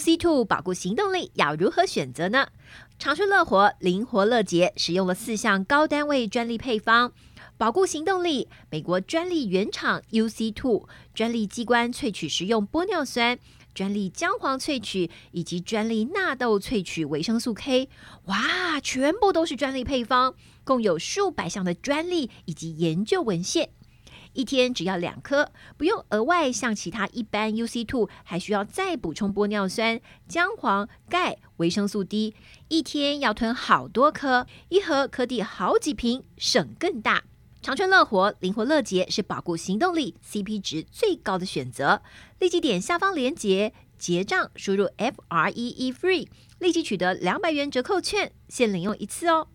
C Two 保固行动力要如何选择呢？长春乐活灵活乐捷使用了四项高单位专利配方，保固行动力、美国专利原厂 U C Two 专利机关萃取食用玻尿酸。专利姜黄萃取以及专利纳豆萃取维生素 K，哇，全部都是专利配方，共有数百项的专利以及研究文献。一天只要两颗，不用额外像其他一般 UC two 还需要再补充玻尿酸、姜黄、钙、维生素 D。一天要吞好多颗，一盒可抵好几瓶，省更大。长春乐活灵活乐捷是保固行动力 CP 值最高的选择。立即点下方链接结账，输入 F R E E FREE，立即取得两百元折扣券，限领用一次哦。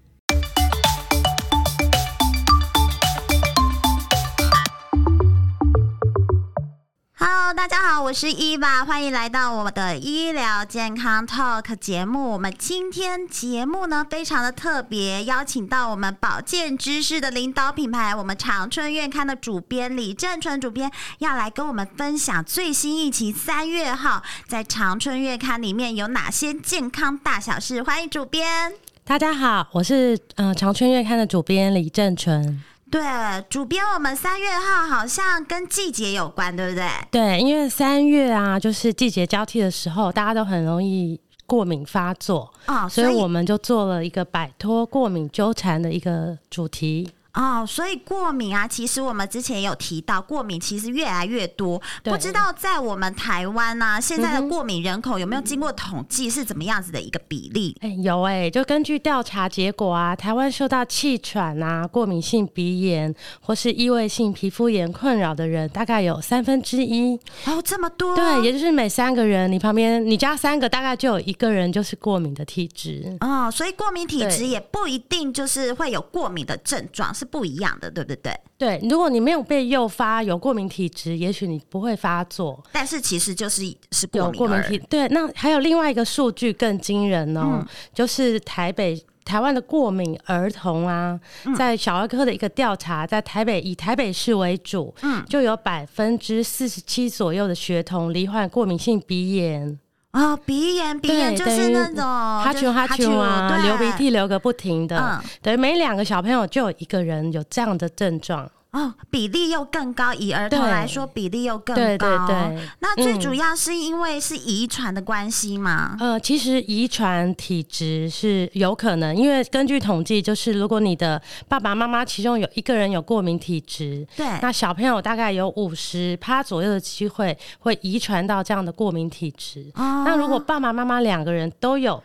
Hello，大家好，我是伊娃，欢迎来到我的医疗健康 Talk 节目。我们今天节目呢非常的特别，邀请到我们保健知识的领导品牌，我们长春院刊的主编李正淳主编要来跟我们分享最新一期三月号在长春院刊里面有哪些健康大小事。欢迎主编。大家好，我是呃长春月刊的主编李正淳。对，主编，我们三月号好像跟季节有关，对不对？对，因为三月啊，就是季节交替的时候，大家都很容易过敏发作，哦，所以我们就做了一个摆脱过敏纠缠的一个主题。哦，所以过敏啊，其实我们之前有提到，过敏其实越来越多。对不知道在我们台湾呢、啊，现在嗯的哼过敏人口有没有经过统计，是怎么样子的一个比例？哎、有哎、就根据调查结果啊，台湾受到气喘啊、过敏性鼻炎或是异位性皮肤炎困扰的人，大概有三分之一。哦，这么多，对，也就是每三个人，你旁边你家三个，大概就有一个人就是过敏的体质。哦，所以过敏体质对也不一定就是会有过敏的症状，是不一样的，对不对？对，如果你没有被诱发有过敏体质，也许你不会发作。但是其实就是是过有敏过敏而体对，那还有另外一个数据更惊人哦，就是台北台湾的过敏儿童啊，嗯在小儿科的一个调查，在台北以台北市为主，嗯就有百分之四十七左右的学童罹患过敏性鼻炎，哦，鼻炎，鼻炎对就是等于那种哈哦就是啾哈啾啊，对流鼻涕流个不停的，嗯等于每两个小朋友就有一个人有这样的症状。哦，比例又更高，以儿童对来说，比例又更高。对对对那最嗯主要是因为是遗传的关系嘛？呃，其实遗传体质是有可能，因为根据统计，就是如果你的爸爸妈妈其中有一个人有过敏体质，对，那小朋友大概有五十趴左右的机会会遗传到这样的过敏体质。哦那如果爸爸妈妈两个人都有。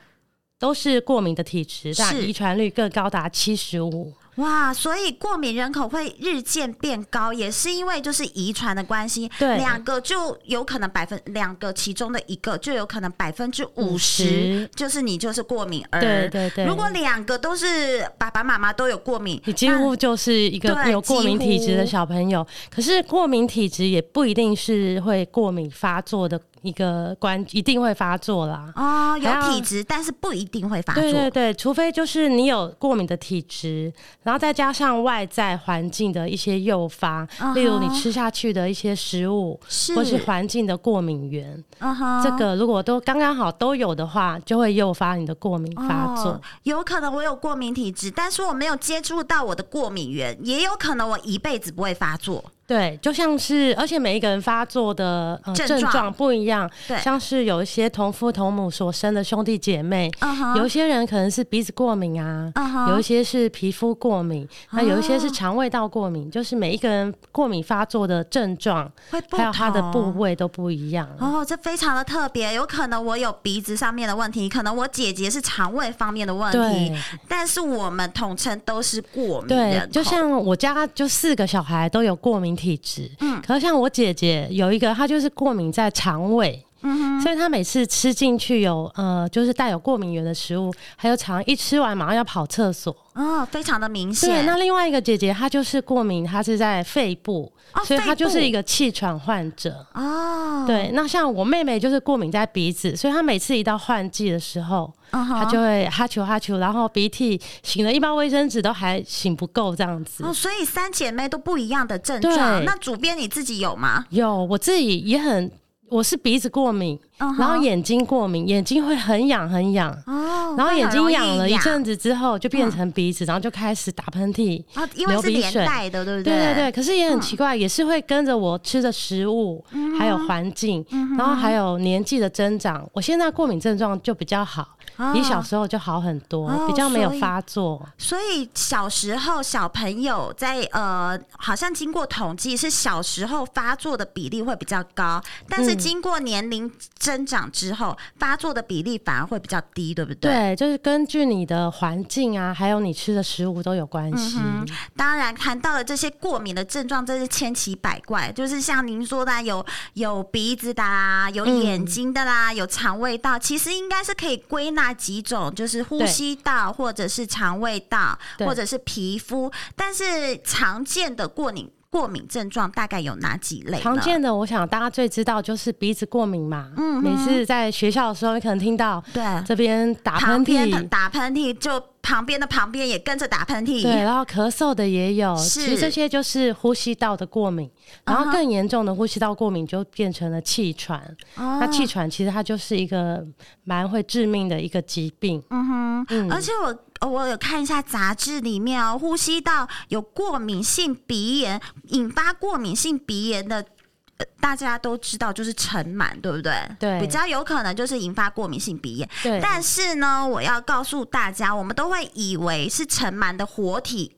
都是过敏的体质，那是遗传率更高达七十五。哇，所以过敏人口会日渐变高，也是因为就是遗传的关系，对两个就有可能百分两个其中的一个就有可能百分之五十50，就是你就是过敏儿。对对对，如果两个都是爸爸妈妈都有过敏，你几乎就是一个对有过敏体质的小朋友，可是过敏体质也不一定是会过敏发作的一个关，一定会发作啦。那哦有还有体质，但是不一定会发作。对对对，除非就是你有过敏的体质，然后再加上外在环境的一些诱发嗯哼例如你吃下去的一些食物，是，或是环境的过敏源，嗯哼这个如果都刚刚好都有的话，就会诱发你的过敏发作。哦，有可能我有过敏体质，但是我没有接触到我的过敏源，也有可能我一辈子不会发作。对，就像是，而且每一个人发作的、呃、症症状状不一样对，像是有一些同父同母所生的兄弟姐妹，嗯哼，有一些人可能是鼻子过敏啊。嗯有一哼，些是皮肤过敏，啊那有一些是肠胃道过敏，就是每一个人过敏发作的症状，会不还有它的部同。位都不一样。哦，这非常的特别，有可能我有鼻子上面的问题，可能我姐姐是肠胃方面的问题对，但是我们统称都是过敏对人，就口像我家就四个小孩都有过敏体质，嗯可是像我姐姐有一个，她就是过敏在肠胃，嗯哼，所以他每次吃进去有呃，就是带有过敏源的食物，还有常一吃完马上要跑厕所。哦，非常的明对，显。那另外一个姐姐她就是过敏，她是在肺部，哦所以她肺部就是一个气喘患者。哦，，对，那像我妹妹就是过敏在鼻子，所以她每次一到换季的时候，嗯哼她就会哈啾哈啾，然后鼻涕擤了一包卫生纸都还擤不够这样子哦，。所以三姐妹都不一样的症状。对那主编你自己有吗？有，我自己也很，我是鼻子过敏，嗯哼然后眼睛过敏，眼睛会很痒很痒。哦，然后会眼很睛容易痒了一痒阵子之后，就变成鼻子，然后就开始打喷嚏。哦，因为流是鼻连水带的，对不对对对对，可是也很奇怪，也是会跟着我吃的食物，嗯还有环境，然后还有年纪的增长。我现在过敏症状就比较好，哦比小时候就好很多，哦比较没有所以发作。所以小时候小朋友在呃，好像经过统计是小时候发作的比例会比较高，但是嗯经过年龄增长之后，发作的比例反而会比较低，对不对？对，就是根据你的环境啊，还有你吃的食物都有关系。嗯当然，谈到了这些过敏的症状，真是千奇百怪。就是像您说的啊，有有鼻子的啦，有嗯眼睛的啦，有肠胃道，其实应该是可以归纳几种，就是呼对吸道或者是肠胃道，对或者是皮肤。但是常见的过敏过敏症状大概有哪几类呢？常见的，我想大家最知道就是鼻子过敏嘛。嗯哼每次在学校的时候，你可能听到对，这边打旁喷边嚏，打喷嚏就旁边的旁边也跟着打喷嚏。对，然后咳嗽的也有。是其实这些就是呼吸道的过敏，嗯然哼后更严重的呼吸道过敏就变成了气喘。哦那气喘其实它就是一个蛮会致命的一个疾病。嗯哼，嗯而且我呃我有看一下杂志里面哦，呼吸道有过敏性鼻炎，引发过敏性鼻炎的。呃大家都知道，就是尘螨，对不对？对比较有可能就是引发过敏性鼻炎。对，但是呢，我要告诉大家，我们都会以为是尘螨的活体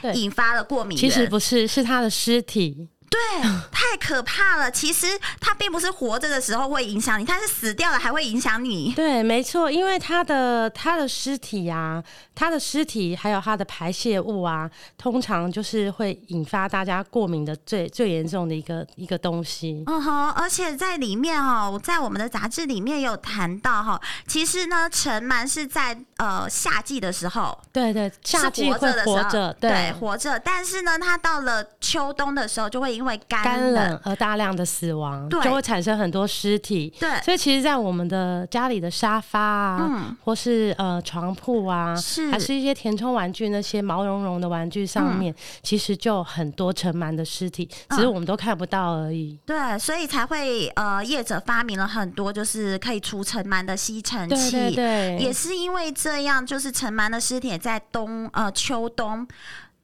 对引发了过敏其源，实不是，是它的尸体。对，太可怕了。其实它并不是活着的时候会影响你，它是死掉了还会影响你。对，没错，因为它的它的尸体啊，它的尸体还有它的排泄物啊，通常就是会引发大家过敏的最最严重的一个一个东西。嗯哼，而且在里面哦，在我们的杂志里面有谈到哈、其实呢，尘螨是在呃夏季的时候，对对，夏季会是活着的活时候着，对活着，但是呢，它到了秋冬的时候就会因为干干冷而大量的死亡，对就会产生很多尸体。对所以其实，在我们的家里的沙发啊，嗯或是呃床铺啊，是嗯还是一些填充玩具那些毛茸茸的玩具上面，其实就很多尘螨的尸体，只是我们都看不到而已。对，所以才会呃业者发明了很多就是可以除尘螨的吸尘器。对对对，也是因为这样，就是尘螨的尸体也在冬呃秋冬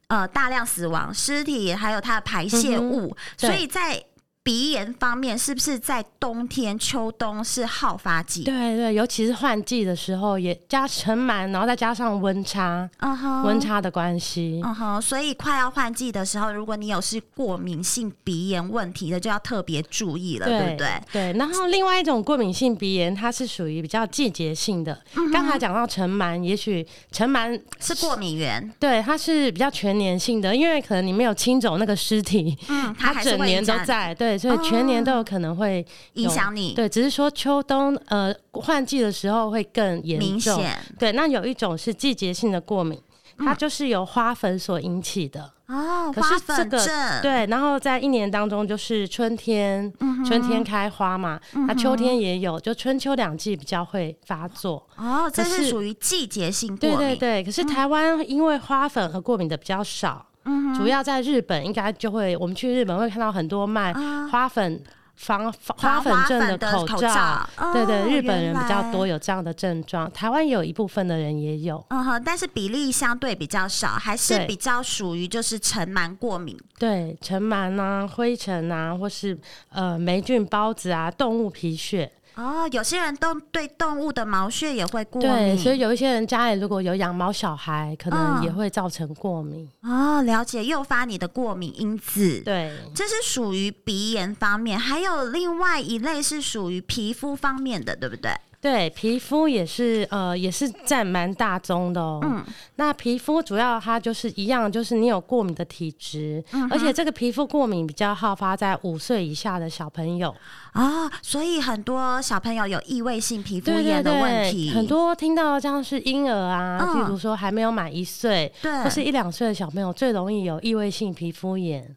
呃大量死亡，尸体还有它的排泄物，嗯对所以在鼻炎方面，是不是在冬天、秋冬是好发季？对对，尤其是换季的时候，也加尘螨，然后再加上温差，嗯哼，温。差的关系。嗯哼，所以快要换季的时候，如果你有是过敏性鼻炎问题的，就要特别注意了，对不对？对，然后另外一种过敏性鼻炎，它是属于比较季节性的。嗯刚才讲到尘螨，也许尘螨是过敏源，对它是比较全年性的，因为可能你没有清走那个尸体，嗯，它还是整会哦年影都响在，对，所以全年都有可能会影有响你，对，只是说秋冬呃换季的时候会更严明重。显对，那有一种是季节性的过敏，嗯它就是由花粉所引起的。哦，可花是这粉个症，对，然后在一年当中就是春天，嗯春天开花嘛，那秋天也有，就春秋两季比较会发作。哦，这可是是属于季节性过对敏，对对，可是台湾因为花粉而过敏的比较少，嗯主要在日本应该就会，我们去日本会看到很多卖啊花粉防防防花粉症花粉的口口罩，罩哦对对，日本人原比来较多有这样的症状，台湾有一部分的人也有，嗯哼，但是比例相对比较少，还是对比较属于就是尘螨过敏。对尘螨啊、灰尘啊，或是呃霉菌孢子啊、动物皮屑。哦，有些人动对动物的毛屑也会过对，敏，所以有一些人家里如果有养猫小孩，可能嗯也会造成过敏。哦，了解诱发你的过敏因子。对，这是属于鼻炎方面，还有另外一类是属于皮肤方面的，对不对？对，皮肤也是呃，也是占蛮大宗的哦。嗯那皮肤主要它就是一样，就是你有过敏的体质，嗯而且这个皮肤过敏比较好发在五岁以下的小朋友。哦，所以很多小朋友有异位性皮肤对对炎的问题，对，很多听到像是婴儿啊，嗯譬如说还没有满一岁。对，嗯或是一两岁的小朋友最容易有异位性皮肤炎，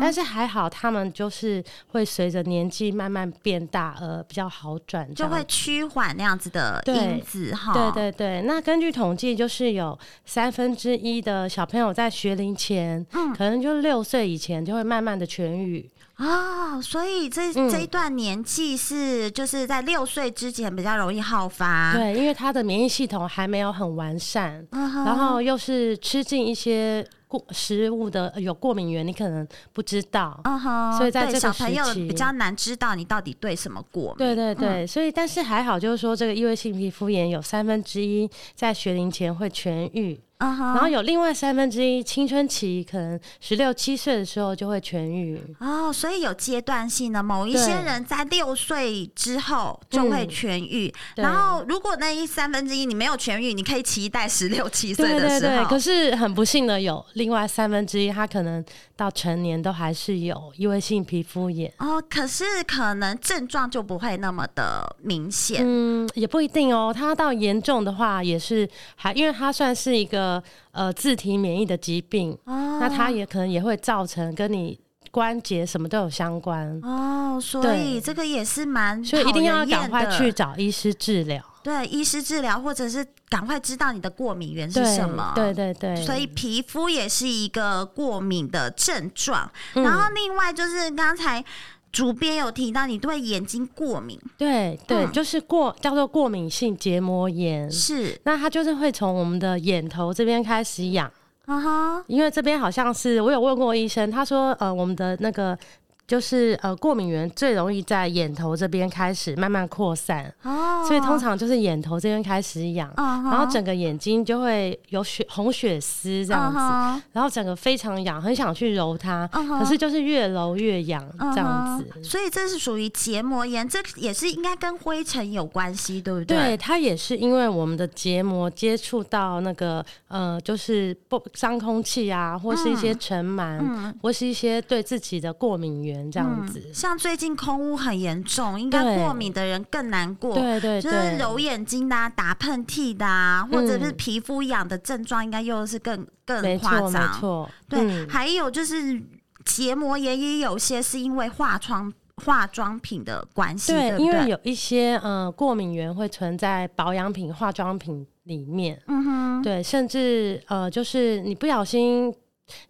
但是还好，他们就是会随着年纪慢慢变大，呃，比较好转，就会啊趋缓那样子的对因子哈。对对对，那根据统计，就是有三分之一的小朋友在学龄前，嗯可能就六岁以前就会慢慢的痊愈。啊、所以这、嗯这一段年纪是就是在六岁之前比较容易好发。，对，因为他的免疫系统还没有很完善，嗯哼、然后又是吃进一些过食物的呃有过敏源，你可能不知道。嗯哼，所以在对这个小朋时友期比较难知道你到底对什么过敏。对对对，所以但是还好，就是说这个异位性皮肤炎有三分之一在学龄前会痊愈，嗯哼，然后有另外三分之一青春期可能十六七岁的时候就会痊愈。哦，所以有阶段性的，某一对些人在六岁之后就会嗯痊愈，对然后如果那一三分之一你没有痊愈，你可以期待十六七岁对的对时对，候。可是很不幸的有另外三分之一，他可能到成年都还是有异位性皮肤炎。哦，可是可能症状就不会那么的明显。嗯，也不一定哦。它到严重的话，也是还因为它算是一个呃自体免疫的疾病，哦，嗯那它也可能也会造成跟你关节什么都有相关，哦，所对以这个也是蛮所以一定讨要人赶厌快的去找医师治疗。对医师治疗，或者是赶快知道你的过敏源是对什么。对对对，所以皮肤也是一个过敏的症状。嗯然后另外就是刚才主编有提到，你对眼睛过敏对对，嗯就是过叫做过敏性结膜炎。是，那它就是会从我们的眼头这边开始痒，啊哈，因为这边好像是我有问过医生，他说呃我们的那个就是呃过敏源最容易在眼头这边开始慢慢扩散，哦，所以通常就是眼头这边开始痒，嗯哼，然后整个眼睛就会有血红血丝这样子，嗯哼然后整个非常痒，很想去揉它，嗯哼可是就是越揉越痒这样子。嗯哼所以这是属于结膜炎，这也是应该跟灰尘有关系，对不对，？它也是因为我们的结膜接触到那个呃，就是不脏空气啊，或是一些尘螨，或是一些对自己的过敏源这样子。嗯像最近空污很严重，应该对过敏的人更难过。对对就是对，揉眼睛的、啊、打喷嚏的、啊，或者是嗯皮肤痒的症状，应该又是更更没夸错没张。错，对，嗯还有就是结膜炎也有些是因为化妆化妆品的关系，对对，不对，因为有一些呃过敏源会存在保养品、化妆品里面，嗯哼，对，甚至呃就是你不小心。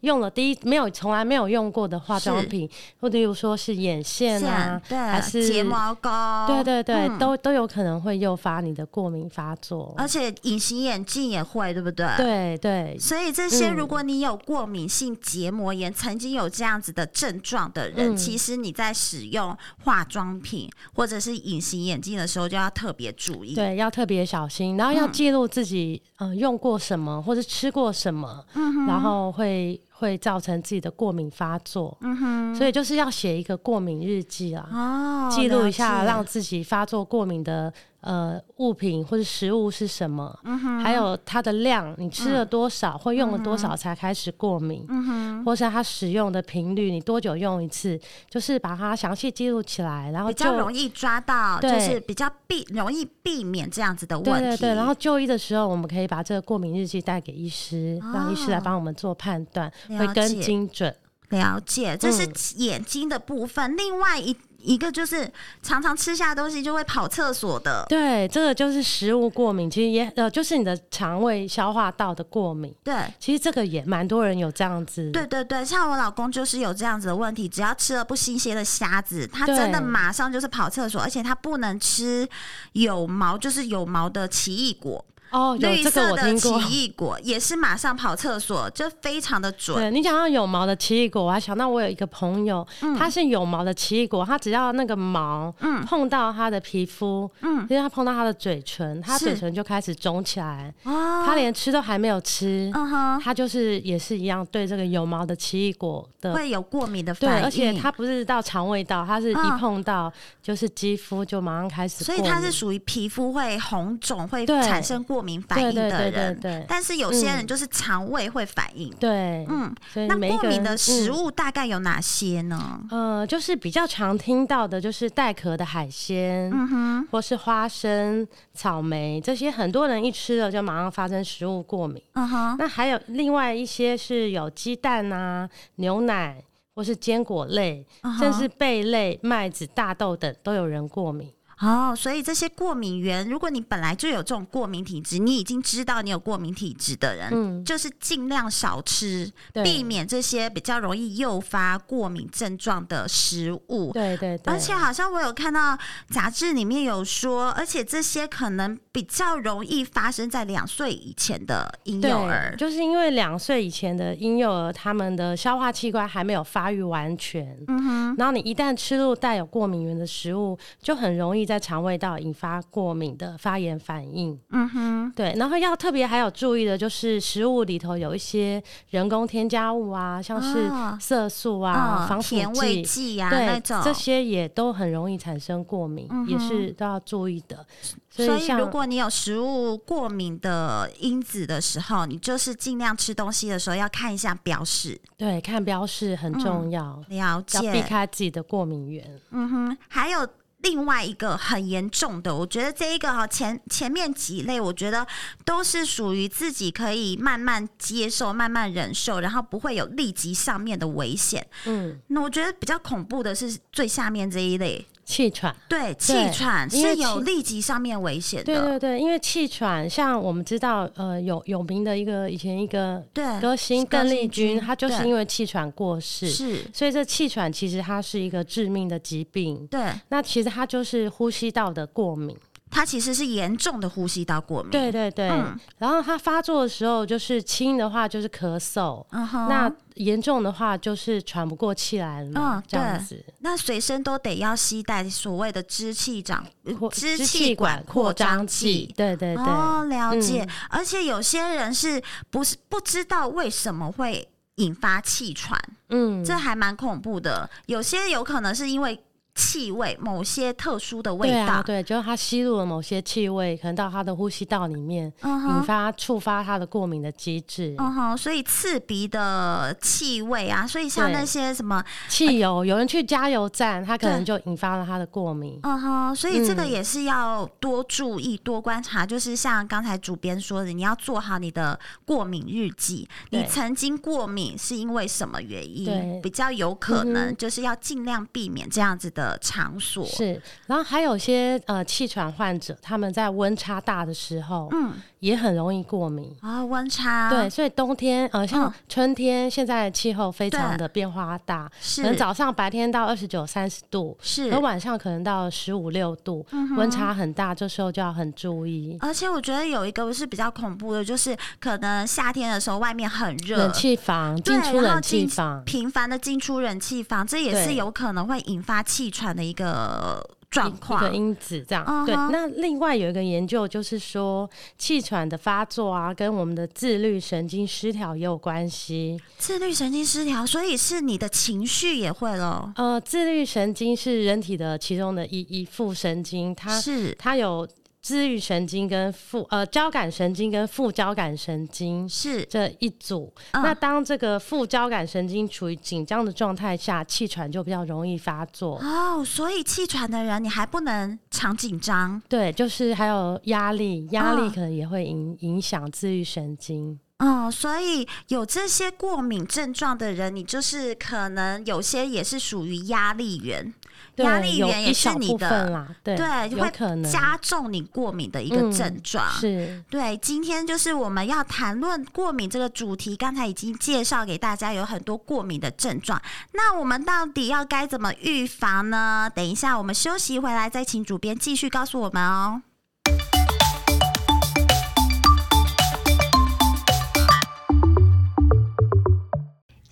用了第一没有从来没有用过的化妆是品，或者例如说是眼线啊线，对，还是睫毛膏，对对对，嗯啊都都有可能会诱发你的过敏发作。而且隐形眼镜也会，对不对？。对对，所以这些，嗯如果你有过敏性结膜炎，曾经有这样子的症状的人，嗯其实你在使用化妆品或者是隐形眼镜的时候，就要特别注意。对，要特别小心，然后要记录自己嗯、呃用过什么或者吃过什么，嗯然后会会造成自己的过敏发作。嗯哼，所以就是要写一个过敏日记啊，哦，记录一下了解让自己发作过敏的呃物品或者食物是什么，嗯还有它的量，你吃了多少、或用了多少才开始过敏，嗯或是它使用的频率，你多久用一次，就是把它详细记录起来，然后比就较容易抓到，就对是比较避容易避免这样子的问对题。对对，然后就医的时候，我们可以把这个过敏日记带给医师，让医师来帮我们做判断，啊了会更解精准。了解，这是嗯眼睛的部分。另外一一个就是常常吃下东西就会跑厕所的，对，这个就是食物过敏，其实也呃，就是你的肠胃消化道的过敏，对。其实这个也蛮多人有这样子。对对对，像我老公就是有这样子的问题，只要吃了不新鲜的虾子，他对真的马上就是跑厕所，而且他不能吃有毛，就是有毛的奇异果，哦，有绿这个色我的听奇过。异果也是马上跑厕所，就非常的准。对你讲到有毛的奇异果，我还想到我有一个朋友，嗯他是有毛的奇异果，他只要那个毛碰到他的皮肤，嗯，因为他碰到他的嘴唇，他是嘴唇就开始肿起来，哦，他连吃都还没有吃，嗯哼，他就是也是一样对这个有毛的奇异果的。会有过敏的对，反应，而且它不是到肠胃道，它是一嗯碰到就是肌肤就马上开始所过以敏，它是属于皮肤会红肿、会对产生过敏反对应对的对对人。对但是有些人就是肠胃会反应。对，嗯，所以那每一过个敏人的食、嗯物大概有哪些呢？呃，就是比较常听到的就是带壳的海鲜，嗯哼，或是花生、草莓这些，很多人一吃了就马上发生食物过敏。嗯哼，那还有另外一些是有鸡蛋啊、牛奶或是坚果类嗯哼甚至贝类、麦子、大豆等都有人过敏。哦，所以这些过敏源，如果你本来就有这种过敏体质，你已经知道你有过敏体质的人，嗯就是尽量少吃，对避免这些比较容易诱发过敏症状的食物。对对对，而且好像我有看到杂志里面有说，而且这些可能比较容易发生在两岁以前的婴对幼儿。就是因为两岁以前的婴幼儿，他们的消化器官还没有发育完全，嗯哼，然后你一旦吃入带有过敏源的食物，就很容易在肠胃道引发过敏的发炎反应。嗯哼，对，然后要特别还有注意的就是食物里头有一些人工添加物啊，像是啊色素啊、嗯防腐甜味剂。剂呀、那对，种。这些也都很容易产生过敏，嗯哼也是都要注意的。所所以以，像如果你有食物过敏的因子的时候，你就是尽量吃东西的时候要看一下标示，对看标示很重要，嗯了解。要避开自己的过敏源。嗯哼，还有。另外一个很严重的，我觉得这一个哈前前面几类，我觉得都是属于自己可以慢慢接受、慢慢忍受，然后不会有立即上面的危险。嗯，那我觉得比较恐怖的是最下面这一类，气喘。对，气喘因为是有气立即上面危险对的，对对，因为气喘，像我们知道，呃，有有名的一个以前一个对歌星歌邓星丽君，君她就是对因为气喘过世，是，所以这气喘其实它是一个致命的疾病。对，那其实它就是呼吸道的过敏，它其实是严重的呼吸道过敏。对对对。嗯然后它发作的时候，就是轻的话就是咳嗽，嗯哼，那严重的话就是喘不过气来了嘛，嗯这样对子。那随身都得要携带所谓的支气长或支支气管扩张剂剂。对对对，哦，了解。嗯而且有些人是不是不知道为什么会引发气喘，嗯，这还蛮恐怖的。有些有可能是因为气味，某些特殊的味对道。啊，对，就是它吸入了某些气味，可能到它的呼吸道里面，嗯引哼。发触发它的过敏的机制。嗯哼，所以刺鼻的气味啊，所以像对那些什么，汽油，有人去加油站，它可能对就引发了它的过敏。嗯哼，所以这个嗯也是要多注意、多观察。就是像刚才主编说的，你要做好你的过敏日记。对你曾经过敏是因为什么原因？对比较有可嗯能哼就是要尽量避免这样子的场所。是，然后还有些呃气喘患者，他们在温差大的时候，嗯，也很容易过敏。啊、温差对，所以冬天呃，像嗯春天，现在气候非常对的变化大，可能是早上白天到二十九、三十度，是而，晚上可能到十五六度，嗯哼温差很大，这时候就要很注意。而且我觉得有一个是比较恐怖的，就是可能夏天的时候外面很热冷，气房嗯对进出然后冷气进房，频繁的进出冷气房，这也是对有可能会引发气喘的一个状一况一。个因子这样。嗯哼对，那另外有一个研究就是说，气喘的发作啊，跟我们的自律神经失调也有关系。自律神经失调，所以是你的情绪也会咯。呃，自律神经是人体的其中的一一副神经，它是它有自律神经跟副呃交感神经跟副交感神经。是，这一组，嗯那当这个副交感神经处于紧张的状态下，气喘就比较容易发作。哦，所以气喘的人，你还不能常紧张。对，就是还有压力，压嗯力可能也会影影响自律神经。嗯，所以有这些过敏症状的人，你就是可能有些也是属于压力源，对压力有源也一是小你部的分啦，对对，有会可能加重你过敏的一个嗯症状。是对，今天就是我们要谈论过敏这个主题，刚才已经介绍给大家有很多过敏的症状。那我们到底要该怎么预防呢？等一下我们休息回来再请主编继续告诉我们哦。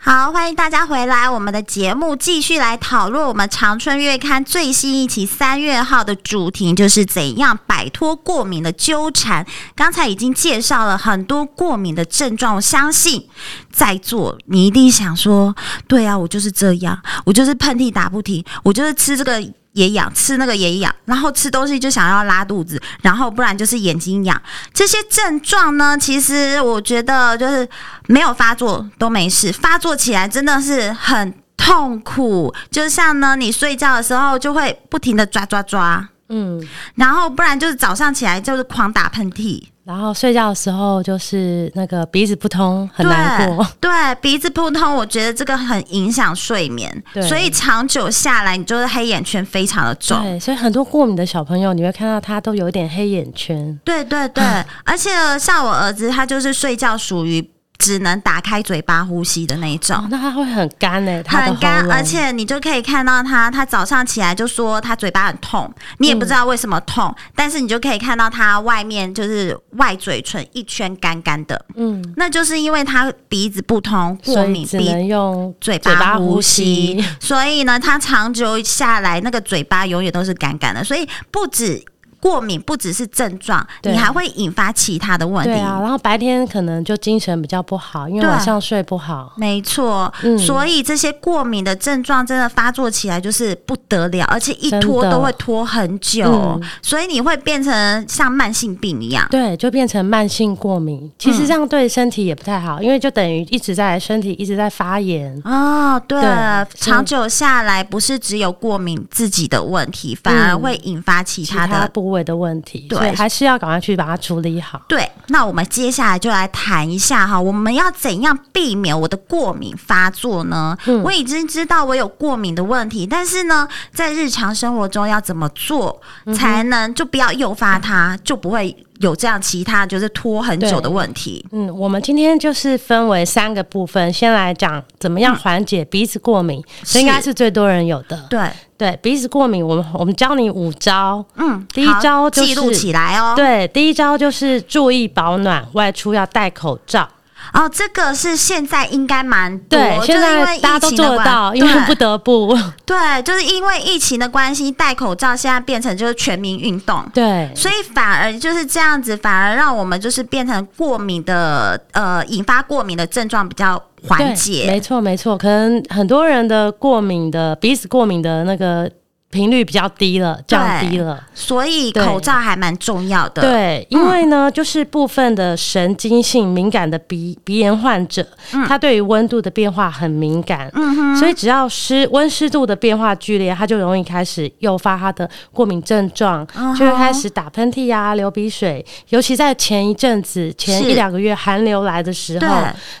好，欢迎大家回来，我们的节目继续来讨论我们《长春月刊》最新一期三月号的主题，就是怎样摆脱过敏的纠缠。刚才已经介绍了很多过敏的症状，我相信在座你一定想说，对啊，我就是这样，我就是喷嚏打不停，我就是吃这个。也痒，吃那个也痒，然后吃东西就想要拉肚子，然后不然就是眼睛痒。这些症状呢，其实我觉得就是没有发作都没事，发作起来真的是很痛苦。就像呢，你睡觉的时候就会不停的抓抓抓，嗯，然后不然就是早上起来就是狂打喷嚏。然后睡觉的时候就是那个鼻子不通，很难过。对，对鼻子不通，我觉得这个很影响睡眠，对所以长久下来，你就是黑眼圈非常的重。 对，所以很多过敏的小朋友，你会看到他都有一点黑眼圈。 对对对，嗯而且像我儿子，他就是睡觉属于只能打开嘴巴呼吸的那一哦种，，那他会很干哎、他的很干喉，咙而且你就可以看到他，他早上起来就说他嘴巴很痛，你也不知道为什么痛，但是你就可以看到他外面就是外嘴唇一圈干干的，嗯，那就是因为他鼻子不通，过所以敏只鼻能用嘴嘴巴巴呼呼吸吸，所以呢，它长久下来，那个嘴巴永远都是干干的，所以不止。过敏不只是症状，对啊你还会引发其他的问题。对啊，然后白天可能就精神比较不好，因为对啊晚上睡不好。没错，嗯所以这些过敏的症状真的发作起来就是不得了，而且一真的拖都会拖很久，嗯所以你会变成像慢性病一样。对，就变成慢性过敏。其嗯实这样对身体也不太好，因为就等于一直在身体一直在发炎。哦，对，对长久下来不是只有过敏自己的问题，反而会引发其嗯其他的他部位的问题，对所以还是要赶快去把它处理好。对，那我们接下来就来谈一下哈，我们要怎样避免我的过敏发作呢？嗯我已经知道我有过敏的问题，但是呢，在日常生活中要怎么做才能就不要诱发它，就不会有这样其他就是拖很久的问题？嗯，我们今天就是分为三个部分，先来讲怎么样缓解鼻子过敏，嗯这应该是最多人有的。对，对，鼻子过敏，我们我们教你五招。嗯，第一好招就是记录起来哦。对，第一招就是注意保暖，外出要戴口罩。哦，这个是现在应该蛮多，对，就现是因为在疫大家都情的做得关到，因为对不得不。 对，就是因为疫情的关系，戴口罩现在变成就是全民运动。对，所以反而就是这样子，反而让我们就是变成过敏的，呃，引发过敏的症状比较缓对没解。错，没错。可能很多人的过敏的鼻子过敏的那个频率比较低了，降低了。所以对口罩还蛮重要的。，对，因为呢，就是部分的神经性敏感的鼻鼻炎患者，嗯他对于温度的变化很敏感，所以只要湿温湿度的变化剧烈，他就容易开始诱发他的过敏症状，嗯就会开始打喷嚏呀、流鼻水。尤其在前一阵子、前是一两个月寒流来的时候对，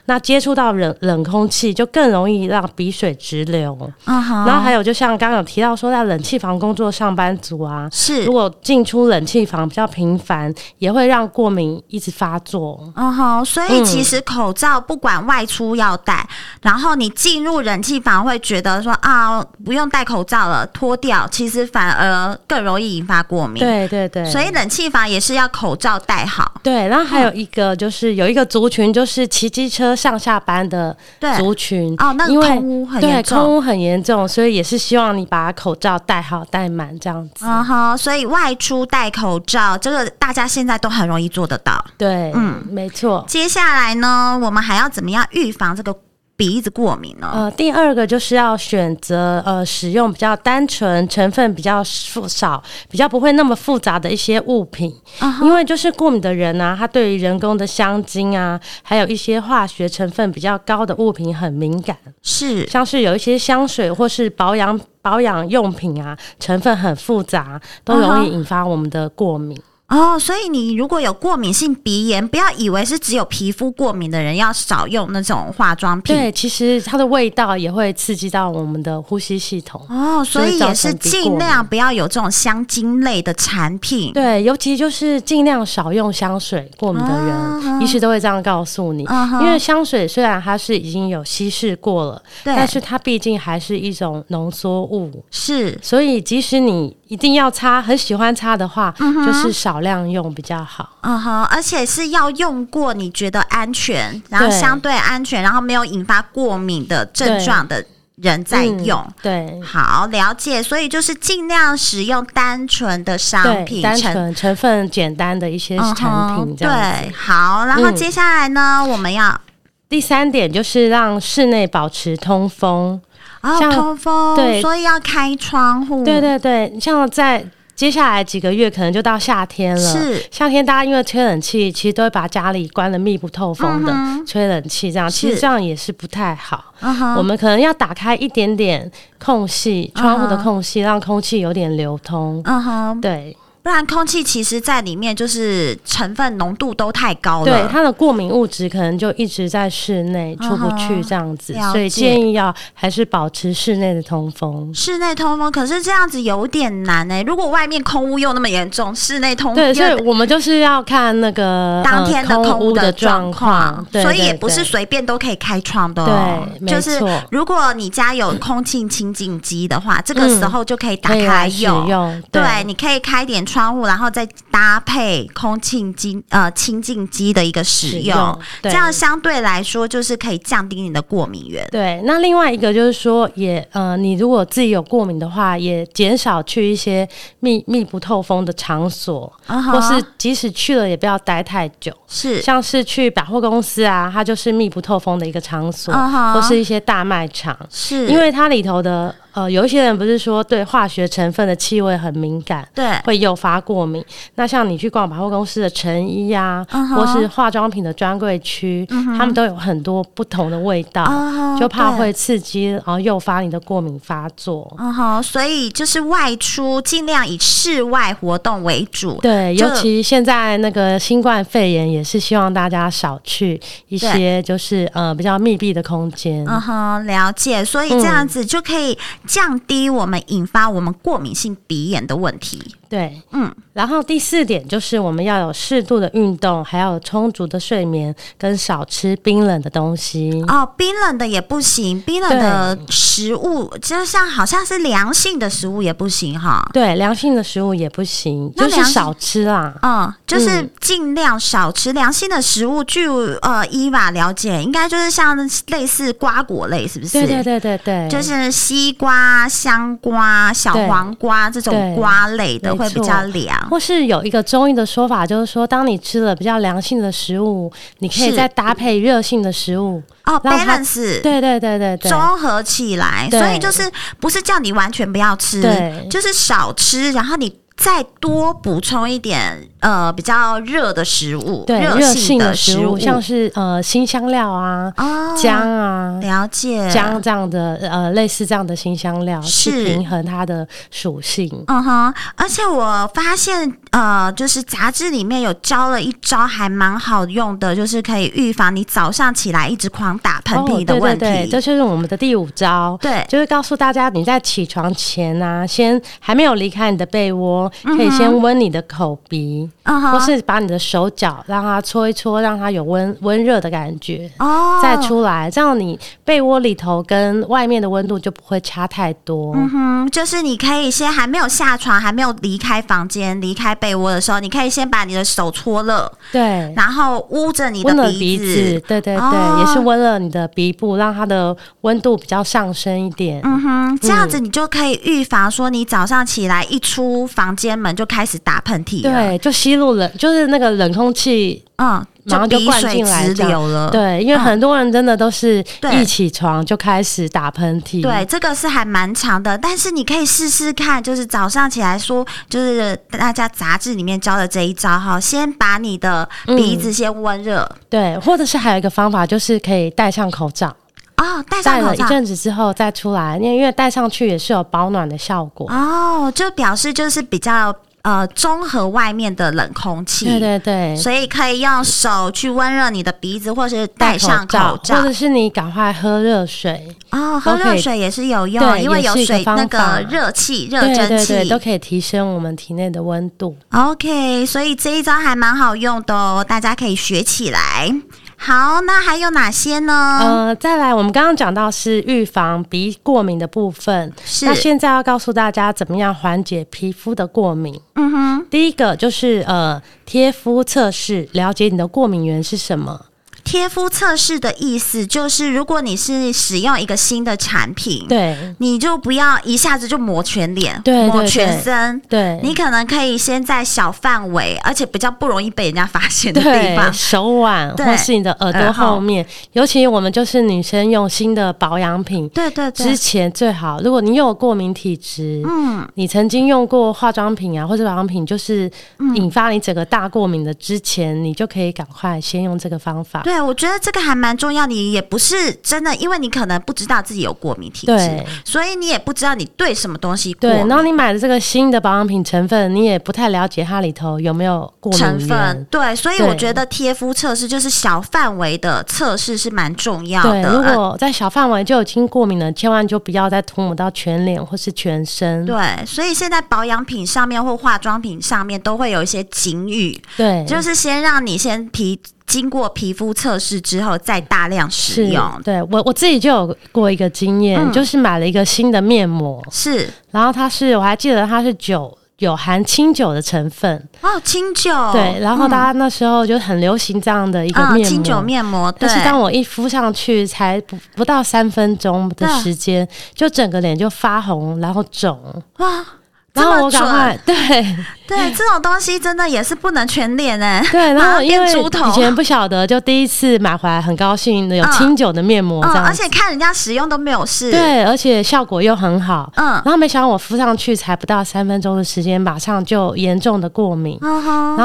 那接触到冷冷空气，就更容易让鼻水直流。嗯哼，然后还有，就像刚刚有提到说，在冷气房工作上班族啊，是 如，果进出冷气房比较频繁，也会让过敏一直发作。嗯哼，所以嗯其实口罩不管外出要戴，然后你进入人气房会觉得说啊，不用戴口罩了，脱掉，其实反而更容易引发过敏。，对对对，所以冷气房也是要口罩戴好。对，然后还有一个就是有一个族群，就是骑机车上下班的对，族群。哦，那个因为空污很对，严重空。污很严重，所以也是希望你把口罩戴好、戴满这样子。嗯哼，所以外出戴口罩，这个大家现在都很容易做得到。对，嗯嗯，没错。接下来呢，我们还要怎么样预防这个鼻子过敏呢？呃，第二个就是要选择呃使用比较单纯、成分比较复少、比较不会那么复杂的一些物品，嗯哼因为就是过敏的人啊，他对于人工的香精啊，还有一些化学成分比较高的物品很敏感，是像是有一些香水或是保养保养用品啊，成分很复杂，都容易嗯引发我们的过敏。哦，所以你如果有过敏性鼻炎，不要以为是只有皮肤过敏的人要少用那种化妆品。对，其实它的味道也会刺激到我们的呼吸系统。哦，所以也是所以造成鼻尽过量敏不要有这种香精类的产品。对，尤其就是尽量少用香水，过敏的人、啊医师都会这样告诉你。嗯哼因为香水虽然它是已经有稀释过了，对但是它毕竟还是一种浓缩物，是所以即使你一定要擦，很喜欢擦的话，就是少量用比较好。嗯哼，而且是要用过你觉得安全，然后对相对安全，然后没有引发过敏的症对状的人在嗯用。对好，了解。所以就是尽量使用单纯的商对，品，单成纯成分简单的一些嗯产哼品这样子。对，好。然后嗯接下来呢，我们要第三点就是让室内保持通风。哦嗯像通风，对所以要开窗户。对对对，像在接下来几个月，可能就到夏天了。是夏天大家因为吹冷气，其实都会把家里关的密不透风的，嗯哼吹冷气这样，其是实这样也是不太好。嗯哼，我们可能要打开一点点空隙，窗户的嗯哼空隙，让空气有点流通。嗯哼，对不然空气其实在里面就是成分浓度都太高了。对，它的过敏物质可能就一直在室内出不嗯哼去这样子，了所以解建议要还是保持室内的通风。室内通风，可是这样子有点难哎、如果外面空屋又那么严重，室内通对，风所以又我们就是要看那个当天的的空屋的状况，对所以也对不是对随便都可以开窗的、哦。对，没就是错，如果你家有空气清净机的话，这个时候就可以打嗯可以开来来使用。用。对，你可以开点窗户，然后再搭配空气机呃清净机的一个使使用，用这对样相对来说就是可以降低你的过敏源。对，那另外一个就是说也，呃，你如果自己有过敏的话，也减少去一些密密不透风的场所，嗯哼或是即使去了也不要待太久，是像是去百货公司啊，它就是密不透风的一个场所，嗯哼或是一些大卖场，是，因为它里头的呃，有一些人不是说对化学成分的气味很敏感，对会诱发过敏。那像你去逛百货公司的成衣啊嗯哼或是化妆品的专柜区他们都有很多不同的味道哦啊就怕对会刺激，然后诱发你的过敏发作。嗯哼，所以就是外出尽量以室外活动为主。对，就尤其现在那个新冠肺炎，也是希望大家少去一些就是呃比较密闭的空间。嗯哼，了解，所以这样嗯子就可以降低我们引发我们过敏性鼻炎的问题。对，嗯嗯，然后第四点就是我们要有适度的运动，还要有充足的睡眠，跟少吃冰冷的东西。哦，冰冷的也不行，冰冷的食物就像好像是凉性的食物也不行哈。对，凉性的食物也不行，那就是凉性少吃啦。嗯，就是嗯尽量少吃凉性的食物。据呃伊娃了解，应该就是像类似瓜果类，是不是？对对对对对，就是西瓜、香瓜、小对黄瓜这种对瓜类的没会比错较凉。或是有一个中医的说法，就是说，当你吃了比较凉性的食物，你可以是再搭配热性的食物。哦让它，balance。对对对对对，综合起来，对所以就是不是叫你完全不要吃对，就是少吃，然后你再多补充一点呃比较热的食物，对热热性的的食物，物，像是呃新香料啊、哦姜啊、了解姜这样的呃类似这样的新香料，是去平衡它的属性。嗯哼，而且我发现，呃，就是杂志里面有教了一招，还蛮好用的，就是可以预防你早上起来一直狂打喷嚏的问题。哦、对对对，这就是我们的第五招。对就是告诉大家，你在起床前啊，先还没有离开你的被窝，可以先温你的口鼻，嗯或哼，是把你的手脚让它搓一搓，让它有温温热的感觉，哦，再出来，这样你被窝里头跟外面的温度就不会差太多。嗯，就是你可以先还没有下床，还没有离开房间、离开被窝的时候，你可以先把你的手搓热，对。然后捂着你的温了鼻鼻子，对对对，哦也是温了你的鼻部，让它的温度比较上升一点。嗯哼，这样子你就可以预防说你早上起来一出房间门就开始打喷嚏了，对，就吸入冷，就是那个冷空气嗯，马上就鼻灌水进来直这样流了，对，因为嗯很多人真的都是对一起床就开始打喷嚏。对，这个是还蛮长的，但是你可以试试看，就是早上起来说，就是大家杂志里面教的这一招哈，先把你的鼻子先温热、对，或者是还有一个方法，就是可以戴上口罩，哦，戴上嗯戴口了一罩。阵子之后哦再出来，因为因为戴上去也是有保暖的效果。哦，就表示就是比较呃中和外面的冷空气，对对对，所以可以用手去温热你的鼻子，或是戴上口罩，或者是你赶快喝热水，哦，喝都可热以水也是有用，对因为也有是一个水那方法个热气、热对蒸对对，气都。可以提升我们体内的温度。 OK，所以这一招还蛮好用的哦，大家可以学起来。好，那还有哪些呢？呃，再来，我们刚刚讲到是预防鼻过敏的部分，是那，现在要告诉大家怎么样缓解皮肤的过敏。嗯哼，第一个就是呃贴肤测试，了解你的过敏源是什么。贴肤测试的意思就是，如果你是使用一个新的产品，对你就不要一下子就抹全脸，对抹对全对身。对，你可能可以先在小范围，而且比较不容易被人家发现的地对方。手腕对嗯或是你的耳朵耳后后面，尤其我们就是女生用新的保养品对对之对，前最好，如果你有过敏体质，嗯，你曾经用过化妆品啊或者保养品，就是嗯引发你整个大过敏的之前，你就可以赶快先用这个方法。对，我觉得这个还蛮重要。你也不是真的，因为你可能不知道自己有过敏体质对，所以你也不知道你对什么东西过对，敏然后你买的这个新的保养品成分，你也不太了解它里头有没有过敏成源分。对，所以对我觉得贴肤测试就是小范围的测试是蛮重要对，的。呃啊如果在小范围就已经过敏了，千万就不要再涂抹到全脸或是全身。对，所以现在保养品上面或化妆品上面都会有一些警语，对，就是先让你先皮经过皮肤测试之后再大量使是用。对我我自己就有过一个经验，嗯就是买了一个新的面膜，是然后它是我还记得它是酒。有含清酒的成分，哦，清酒对，然后嗯大家那时候就很流行这样的一个嗯面膜，清酒面膜，对但，是当我一敷上去，才不不到三分钟的对时间，就整个脸就发红，然后肿，哇，这然后么我赶准，快对嗯对，这种东西真的也是不能全脸哎、 对，然马后上因变为猪头以前不晓得，就第一次买回来很高兴，有嗯清酒的面膜嗯，这样而子，且看人家使用都没有事，，对，而且效果又很好。嗯，然后没想到我敷上去才不到三分钟的时间，马上就严重的过敏。嗯然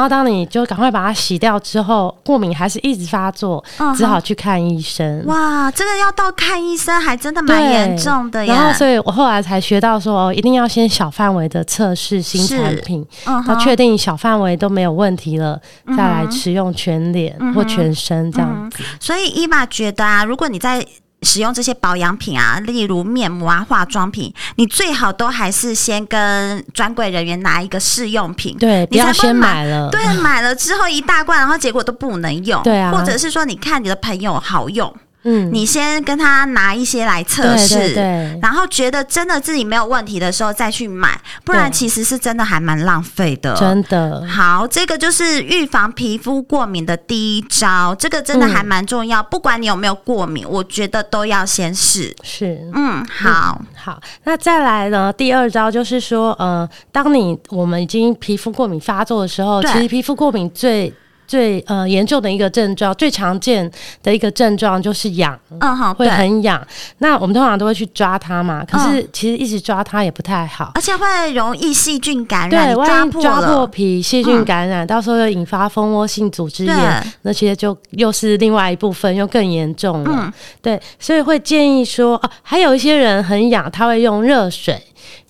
哼，后当你就赶快把它洗掉之后，过敏还是一直发作，嗯只好哼，去看医生。哇，这个要到看医生还真的蛮对严重的然后，呀，所以我后来才学到说，一定要先小范围的测试新产品，嗯到哼，嗯确定小范围都没有问题了，再来使用全脸嗯哼嗯或全身这样子。所以伊玛觉得啊，如果你在使用这些保养品啊，例如面膜啊、化妆品，你最好都还是先跟专柜人员拿一个试用品，对，不你才要先不买买了。对，买了之后一大罐，然后结果都不能用，对啊或者是说你看你的朋友好用，嗯，你先跟他拿一些来测对试，对对。然后觉得真的自己没有问题的时候再去买，不然对其实是真的还蛮浪费的。真的，呃好，这个就是预防皮肤过敏的第一招，这个真的还蛮重要。不管你有没有过敏，我觉得都要先试。是嗯，好，好。那再来呢？第二招就是说，呃，当你我们已经皮肤过敏发作的时候，对其实皮肤过敏最最呃严重的一个症状，最常见的一个症状就是痒。嗯哼，会对，很痒。那我们通常都会去抓它嗯嘛，可是其实一直抓它也不太好。而且会容易细菌感染，对，你万一破抓破了，皮，细菌感染，到时候又引发蜂窝性组织炎，对，那些就又是另外一部分，又更严重了。嗯，对，所以会建议说，哦，还有一些人很痒，他会用热水，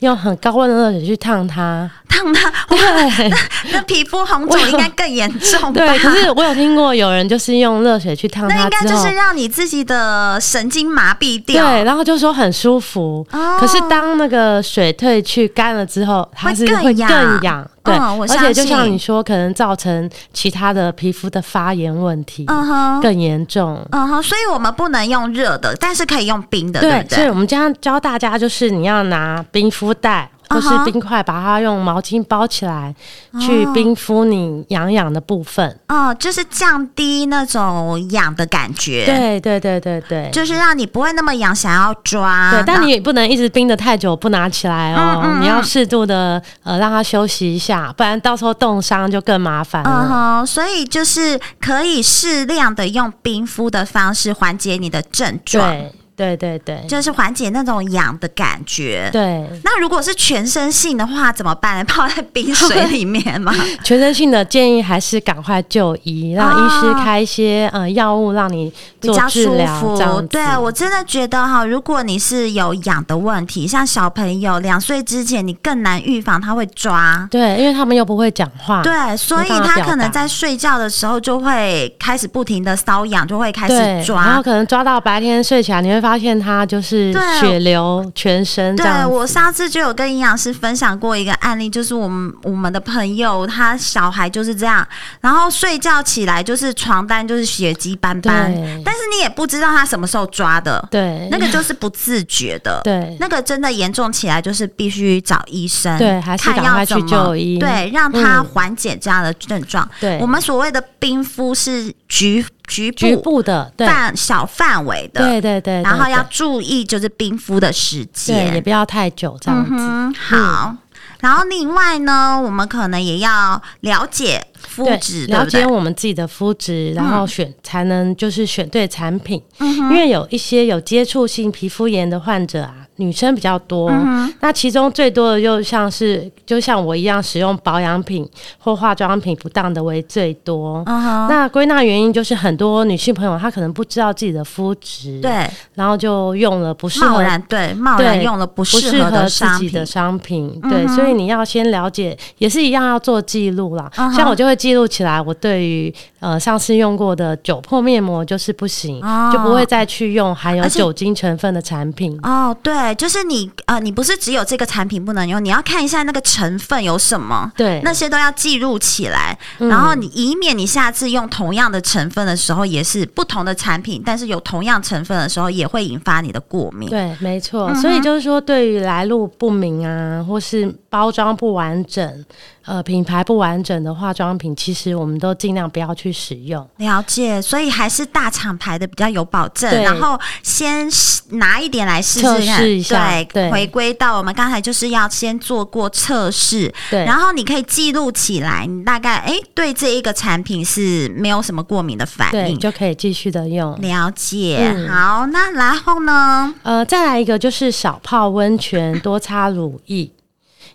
用很高温的热水去烫它。烫 到对那皮肤红肿应该更严重吧？对，可是我有听过有人就是用热水去烫那它应该之就后，是让你自己的神经麻痹掉。对，然后就说很舒服。哦可是当那个水退去干了之后，它是会会更痒更痒，对，嗯我而且就相像信你说，可能造成其他的皮肤的发炎问题、嗯哼，更严重。嗯哼，所以我们不能用热的，但是可以用冰的，对对，不所以对？我们这样教大家，就是你要拿冰敷袋或是嗯哼冰块，把它用毛巾包起来，去哦冰敷你痒痒的部分。哦、就是降低那种痒的感觉，，对对对对对。就是让你不会那么痒，想要抓。对，但那你也不能一直冰的太久不拿起来哦，嗯嗯你要嗯适度的呃让它休息一下，不然到时候冻伤就更麻烦了。嗯哼，所以就是可以适量的用冰敷的方式缓解你的症状。对，对对对就是缓解那种痒的感觉。对，那如果是全身性的话怎么办 呢？泡在冰水里面 吗？全身性的建议还是赶快就医，让医师哦开一些呃药物让你比做较治舒疗，这服样。对啊子我真的觉得哈，如果你是有痒的问题，像小朋友两岁之前，你更难预防他会抓。对，因为他们又不会讲话，对，所以没办法他表可能达在睡觉的时候就会开始不停的瘙痒，就会开始对，然抓后。可能抓到白天睡起来，你会发现它就是对血流全身这对样子。我上次就有跟营养师分享过一个案例，就是我们我们的朋友他小孩就是这样，然后睡觉起来就是床单就是血迹斑斑，对但是你也不知道他什么时候抓的，对那个就是不自觉 的。对那个真的严重起来，就是必须找医生，对还是看赶要快去怎么就医对，让他嗯缓解这样的症状。对，我们所谓的冰敷是局局部局部的，对范小范围的，对对对，然后对要对注意就是冰敷的时对，也间。不要太久这样嗯子。哼，好。然后另外呢，我们可能也要了解肤对质，，对了不对解？我们自己的肤质，然后选才能就是选对产品，嗯因为有一些有接触性皮肤炎的患者啊，女生比较多，嗯那其中最多的就像是就像我一样使用保养品或化妆品不当的为最多，嗯哼，那归纳原因就是很多女性朋友她可能不知道自己的肤质，，对，然后就用了不适贸合然对贸然对用了不不适适合合的自商己品的，商品，嗯对，哼所以你要先了解，也是一样要做记录啦。嗯哼像我就会记录起来，我对于呃上次用过的酒粕面膜就是不行，哦就不会再去用含有而且酒精成分的产品。哦，对，就是你呃，你不是只有这个产品不能用，你要看一下那个成分有什么，对，那些都要记录起来，嗯然后你以免你下次用同样的成分的时候，也是不同的产品，但是有同样成分的时候，也会引发你的过敏。对，没错。嗯哼所以就是说，对于来路不明啊，或是包装不完整、呃品牌不完整的化妆品，其实我们都尽量不要去使用。了解，所以还是大厂牌的比较有保证，对然后先试拿一点来试试测看，试一下对回归到我们刚才就是要先做过测试，对，然后你可以记录起来，你大概诶对这一个产品是没有什么过敏的反对应，就可以继续的用。了解。嗯好，那然后呢？呃，再来一个就是少泡温泉，多擦乳液。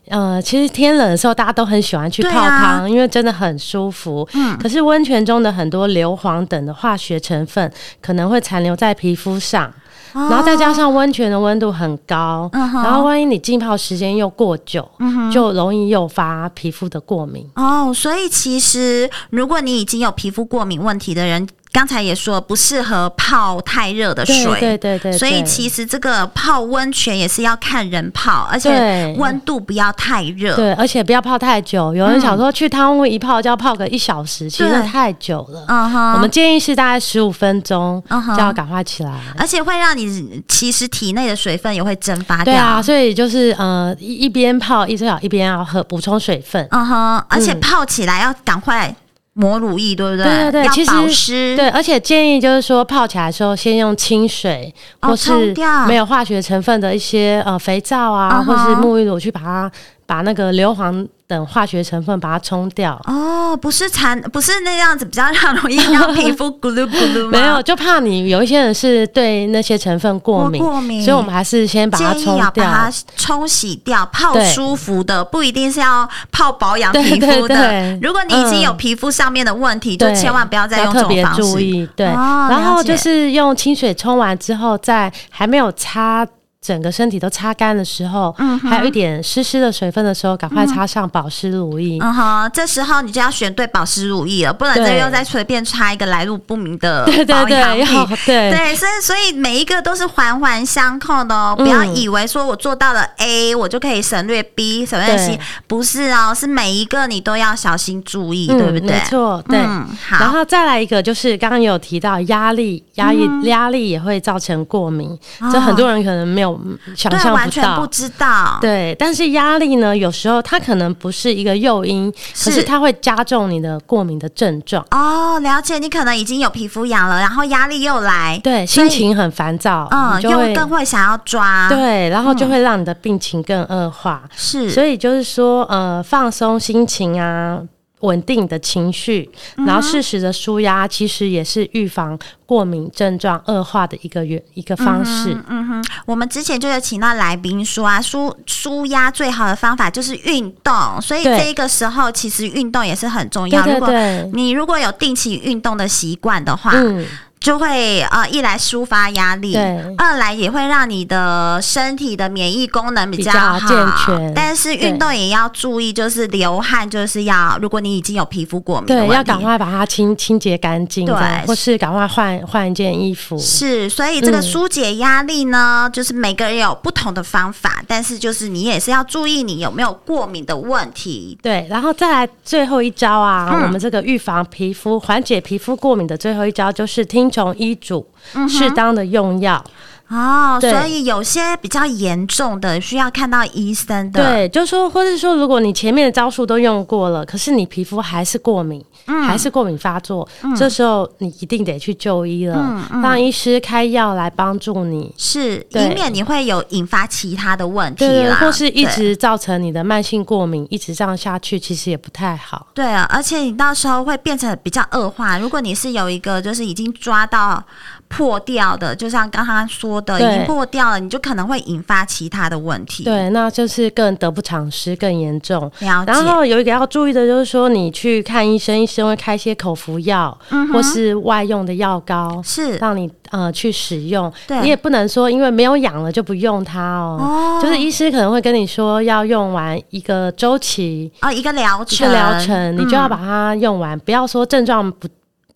呃，其实天冷的时候，大家都很喜欢去对泡啊汤，因为真的很舒服。嗯可是温泉中的很多硫磺等的化学成分可能会残留在皮肤上，然后再加上温泉的温度很高，哦嗯哼嗯然后万一你浸泡时间又过久，就容易诱发皮肤的过敏。哦，所以其实如果你已经有皮肤过敏问题的人，刚才也说不适合泡太热的水。对对对对，所以对其实这个泡温泉也是要看人泡，而且对温度不要太热。对，而且不要泡太久。有人想说去汤屋一泡就要泡个一小时，其实那嗯对太久了。嗯哼，我们建议是大概十五分钟嗯哼就要赶快起来。而且会让你其实体内的水分也会蒸发对掉。啊，所以就是呃，一一边泡一最好一边要喝补充水分。嗯哼，而且嗯泡起来要赶快抹乳液，对不对？对对对其要实保湿。对，而且建议就是说泡起来的时候，先用清水、哦或冲是掉没有化学成分的一些呃肥皂啊嗯或哼是沐浴乳去把它把那个硫磺等化学成分把它冲掉。哦，不是残，不是那样子，比较让容易 让皮肤咕噜咕噜吗？没有，就怕你有一些人是对那些成分过我敏，过敏，所以我们还是先把它建议冲要把掉。它冲洗掉，泡对舒服的，不一定是要泡保养对皮肤的。对对如果你已经有嗯皮肤上面的问题，就对千万不要再用这特别种方注式。意，对。哦然了后解就是用清水冲完之后，在还没有擦整个身体都擦干的时候，嗯哼还有一点湿湿的水分的时候，赶快擦上保湿乳液。嗯哼，这时候你就要选对保湿乳液了，不然对这又再随便擦一个来路不明的对对保养对，要品。对对，所以所以每一个都是环环相扣的哦，不要嗯以为说我做到了 A，我就可以省略 B，省略 C，对不是哦，是每一个你都要小心注意，嗯对不对？没错，对。嗯，好。然后再来一个，就是刚刚有提到压力，压力、嗯压力也会造成过敏，这哦很多人可能没有想对，象完不全不到。知道。对，但是压力呢，有时候它可能不是一个诱因，可是是它会加重你的过敏的症状。哦，了解，你可能已经有皮肤痒了，然后压力又来，对，所以心情很烦躁，嗯，你就又会更会想要抓，，对，然后就会让你的病情更恶化。是，所以就是说，呃，放松心情啊，稳定的情绪，嗯然后适时的舒压，其实也是预防过敏症状恶化的一个原一个方式。嗯哼，我们之前就有请到来宾说啊，舒舒压最好的方法就是运动，所以对这个时候其实运动也是很重对要。对如果对，你如果有定期运动的习惯的话，嗯，就会呃一来抒发压力，对二来也会让你的身体的免疫功能比较好比较健全但是运动也要注意，就是流汗就是要，如果你已经有皮肤过敏的对，问题要赶快把它清清洁干净，对这样或是赶快换换一件衣服。是，所以这个嗯疏解压力呢，就是每个人有不同的方法，但是就是你也是要注意你有没有过敏的问题。对，然后再来最后一招啊，嗯我们这个预防皮肤、缓解皮肤过敏的最后一招就是听从医嘱，嗯适当的用药。哦，对所以有些比较严重的需要看到医生的。对，就说或者说，如果你前面的招数都用过了，可是你皮肤还是过敏，嗯还是过敏发作，这时候你一定得去就医了，嗯让医师开药来帮助你。是，以对免你会有引发其他的问题对，啦，或是一对直造成你的慢性过敏，一直这样下去，其实也不太好。对啊，而且你到时候会变成比较恶化。如果你是有一个就是已经抓到破掉的，就像刚刚说的，已对经破掉了，你就可能会引发其他的问题。，对，那就是更得不偿失，更严重。了解。然后有一个要注意的就是说，你去看医生，医生会开一些口服药、或是外用的药膏，嗯是让你呃去使用。对你也不能说因为没有痒了就不用它哦。哦，就是医师可能会跟你说要用完一个周期哦一个疗一程，个疗程，你就要嗯把它用完，不要说症状不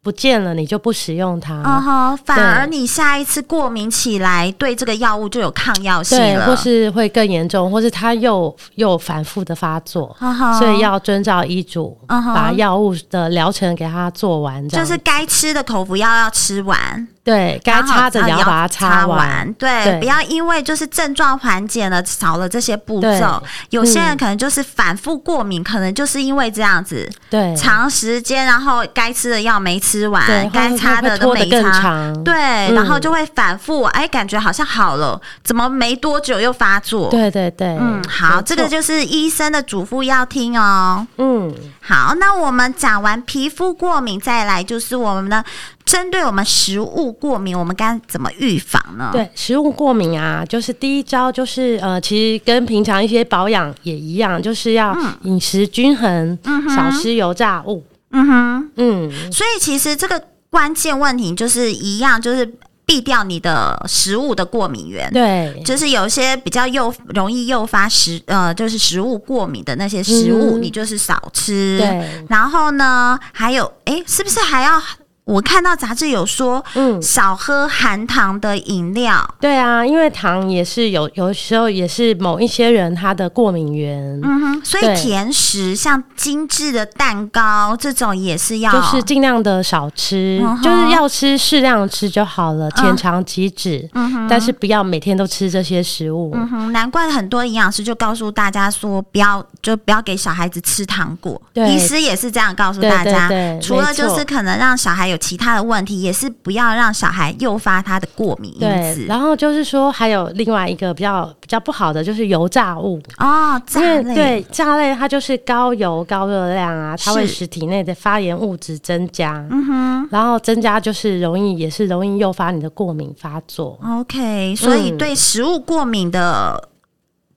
不见了你就不使用它。嗯哼，反对而你下一次过敏起来，对这个药物就有抗药性对，了，或是会更严重，或是它又又反复的发作。嗯哼，所以要遵照医嘱，嗯哼把药物的疗程给它做完，这就样是该吃的口服药要吃完，对该擦的也然要后把它擦擦完完。，对，对不要因为就是症状缓解了，少了这些步对骤，有些人嗯可能就是反复过敏，可能就是因为这样子，对，长时间，然后该吃的药没吃对完，，该会擦会的都拖得没更擦。长。对，然后嗯就会反复，哎，感觉好像好了，怎么没多久又发作？，对对对，嗯，好，没这个错就是医生的嘱咐要听哦。嗯，好，那我们讲完皮肤过敏，再来就是我们的针对我们食物过敏，我们该怎么预防呢？，对，食物过敏啊，就是第一招就是呃，其实跟平常一些保养也一样，就是要饮食均衡，少吃油炸物。嗯哼，嗯，所以其实这个关键问题就是一样，就是避掉你的食物的过敏源。对，就是有些比较诱容易诱发食呃，就是食物过敏的那些食物，嗯你就是少吃。对，然后呢，还有诶，是不是还要？我看到杂志有说，嗯。少喝含糖的饮料。对啊，因为糖也是有有时候也是某一些人他的过敏源，嗯哼，所以对甜食像精致的蛋糕这种也是要，就是尽量的少吃，嗯哼就是要吃适量吃就好了，嗯浅尝即止。嗯哼，但是不要每天都吃这些食物。嗯哼，难怪很多营养师就告诉大家说，不要就不要给小孩子吃糖果。对医师也是这样告诉对大对家，对，除了没错就是可能让小孩有其他的问题，也是不要让小孩诱发他的过敏因对，子然后就是说还有另外一个比较比较不好的就是油炸物。哦，因炸为类对炸类，它就是高油高热量啊，它会是使体内的发炎物质增加，嗯哼，然后增加就是容易也是容易诱发你的过敏发作， ，OK，所以嗯对食物过敏的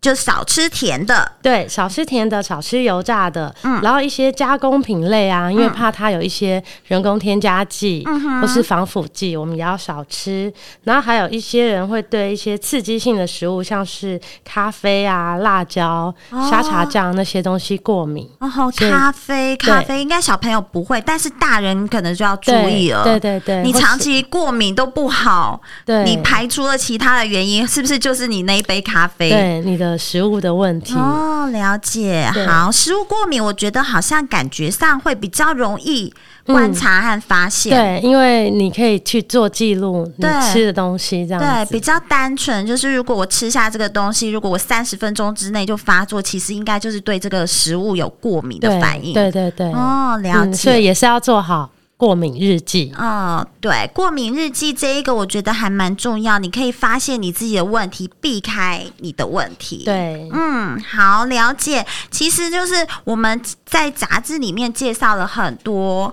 就少吃甜的，对，少吃甜的，少吃油炸的，嗯然后一些加工品类啊，因为怕它有一些人工添加剂、嗯或是防腐剂，我们也要少吃。然后还有一些人会对一些刺激性的食物，像是咖啡啊、辣椒、哦沙茶酱那些东西过敏。然后所以哦咖啡，咖啡应该小朋友不会，但是大人可能就要注意了。对对对，你或是长期过敏都不好，对你排除了其他的原因，是不是就是你那一杯咖啡？对你的食物的问题。哦，了解。对好，食物过敏，我觉得好像感觉上会比较容易观察和发现。对，因为你可以去做记录你对吃的东西，这样比子。较单纯，就是如果我吃下这个东西，如果我三十分钟之内就发作，其实应该就是对这个食物有过敏的对反应。对对对，哦，了嗯，所以解。也是要做好过敏日记。嗯，对，过敏日记这一个我觉得还蛮重要，你可以发现你自己的问题，避开你的问题。，对，嗯，好，了解。其实就是我们在杂志里面介绍了很多，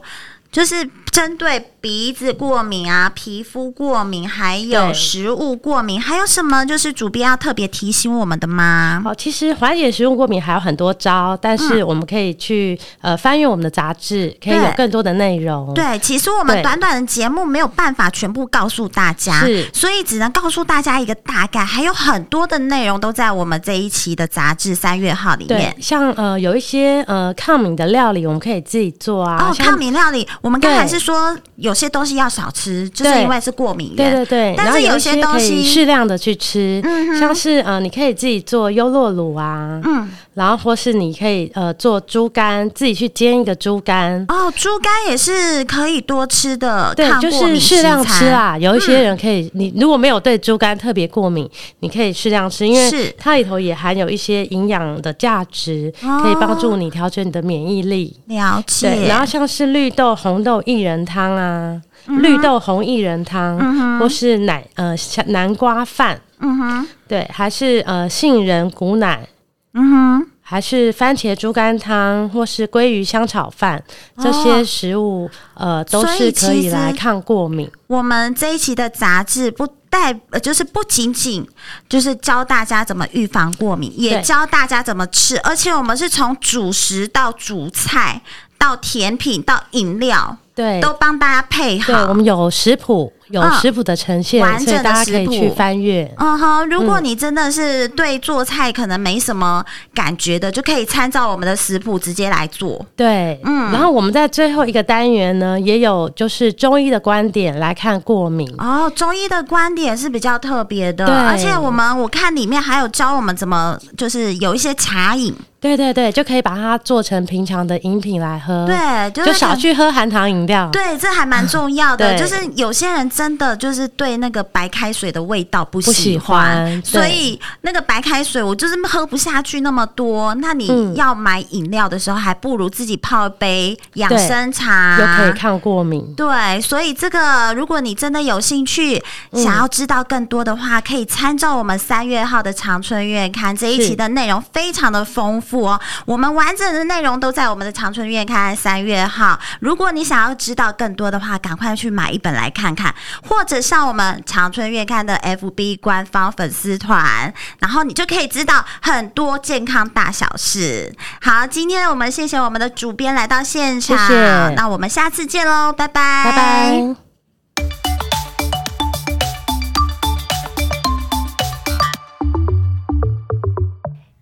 就是针对鼻子过敏啊、皮肤过敏，还有对食物过敏，还有什么就是主编要特别提醒我们的吗？好，其实缓解食物过敏还有很多招，但是我们可以去、呃翻阅我们的杂志，可以有嗯对更多的内容。对，其实我们哦对短短的节目没有办法全部告诉大家，是所以只能告诉大家一个大概，还有很多的内容都在我们这一期的杂志三月号里面对。，像呃有一些呃抗敏的料理，我们可以自己做啊。哦，像抗敏料理，我们刚才对是说有些东西要少吃，就是对因为是过敏对源。对对，但然后是有一有一些些东可西以适量的去吃，像是呃，你可以自己做优酪乳啊，嗯，然后或是你可以呃做猪肝，自己去煎一个猪肝，哦，猪肝也是可以多吃的对抗，就过敏是食适量吃啊材。嗯啦。有一些人可以，你如果没有对猪肝特别过敏，你可以适量吃，因是为它里头也含有一些营养的价值，可以帮助你调整你的免疫力。了解对，，然后像是绿豆红豆薏仁汤啊，嗯绿豆红薏仁汤，或是奶呃像南瓜饭，嗯哼，对，还是呃杏仁骨奶，嗯哼，还是番茄猪肝汤，或是鲑鱼香炒饭，哦这些食物、呃都所以是其可以来实抗过敏。我们这一期的杂志不代，呃就是不仅仅就是教大家怎么预防过敏，也对教大家怎么吃，而且我们是从主食到主菜到甜品到饮料对都帮大家配好。对，我们有食谱，有嗯食谱的呈现，完所以整的大家可以食去谱翻阅。嗯哼，如果你真的是对做菜可能没什么感觉的，就可以参照我们的食谱直接来做。对，嗯然后我们在最后一个单元呢，也有就是中医的观点来看过敏。哦，中医的观点是比较特别的，对而且我们我看里面还有教我们怎么，就是有一些茶饮，对对对，就可以把它做成平常的饮品来喝。，对，就是嗯就少可能。去喝含糖饮料。对，这还蛮重要的。就对是有些人真的就是对那个白开水的味道不不喜欢，欢对所以那个白开水我就是喝不下去那么多。那你嗯要买饮料的时候，还不如自己泡一杯养对生茶，又可以抗过敏。对，所以这个如果你真的有兴趣，嗯想要知道更多的话，可以参照我们三月号的《长春月刊》这一是期的内容非常的丰富哦。我们完整的内容都在我们的《长春月刊》三月号。如果你想要知道更多的话，赶快去买一本来看看，或者上我们《长春月刊》的 FB 官方粉丝团，然后你就可以知道很多健康大小事。好，今天我们谢谢我们的主编来到现场，谢谢那我们下次见喽，拜拜，拜拜。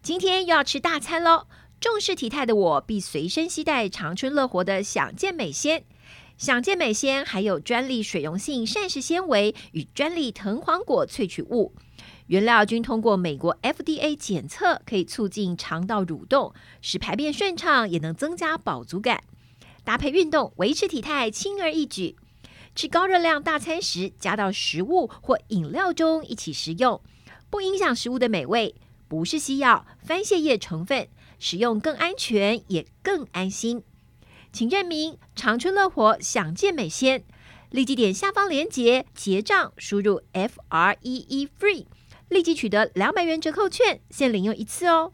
今天又要吃大餐喽！重视体态的我，必随身携带长春乐活的享健美鲜。享健美鲜还有专利水溶性膳食纤维与专利藤黄果萃取物，原料均通过美国 FDA 检测，可以促进肠道蠕动，使排便顺畅，也能增加饱足感。搭配运动，维持体态轻而易举。吃高热量大餐时，加到食物或饮料中一起食用，不影响食物的美味，不是西药，番泻叶成分，使用更安全也更安心。请认明长春乐活享健美鲜，立即点下方链接结账，输入 F R E E FREE，立即取得两百元折扣券，限领用一次哦。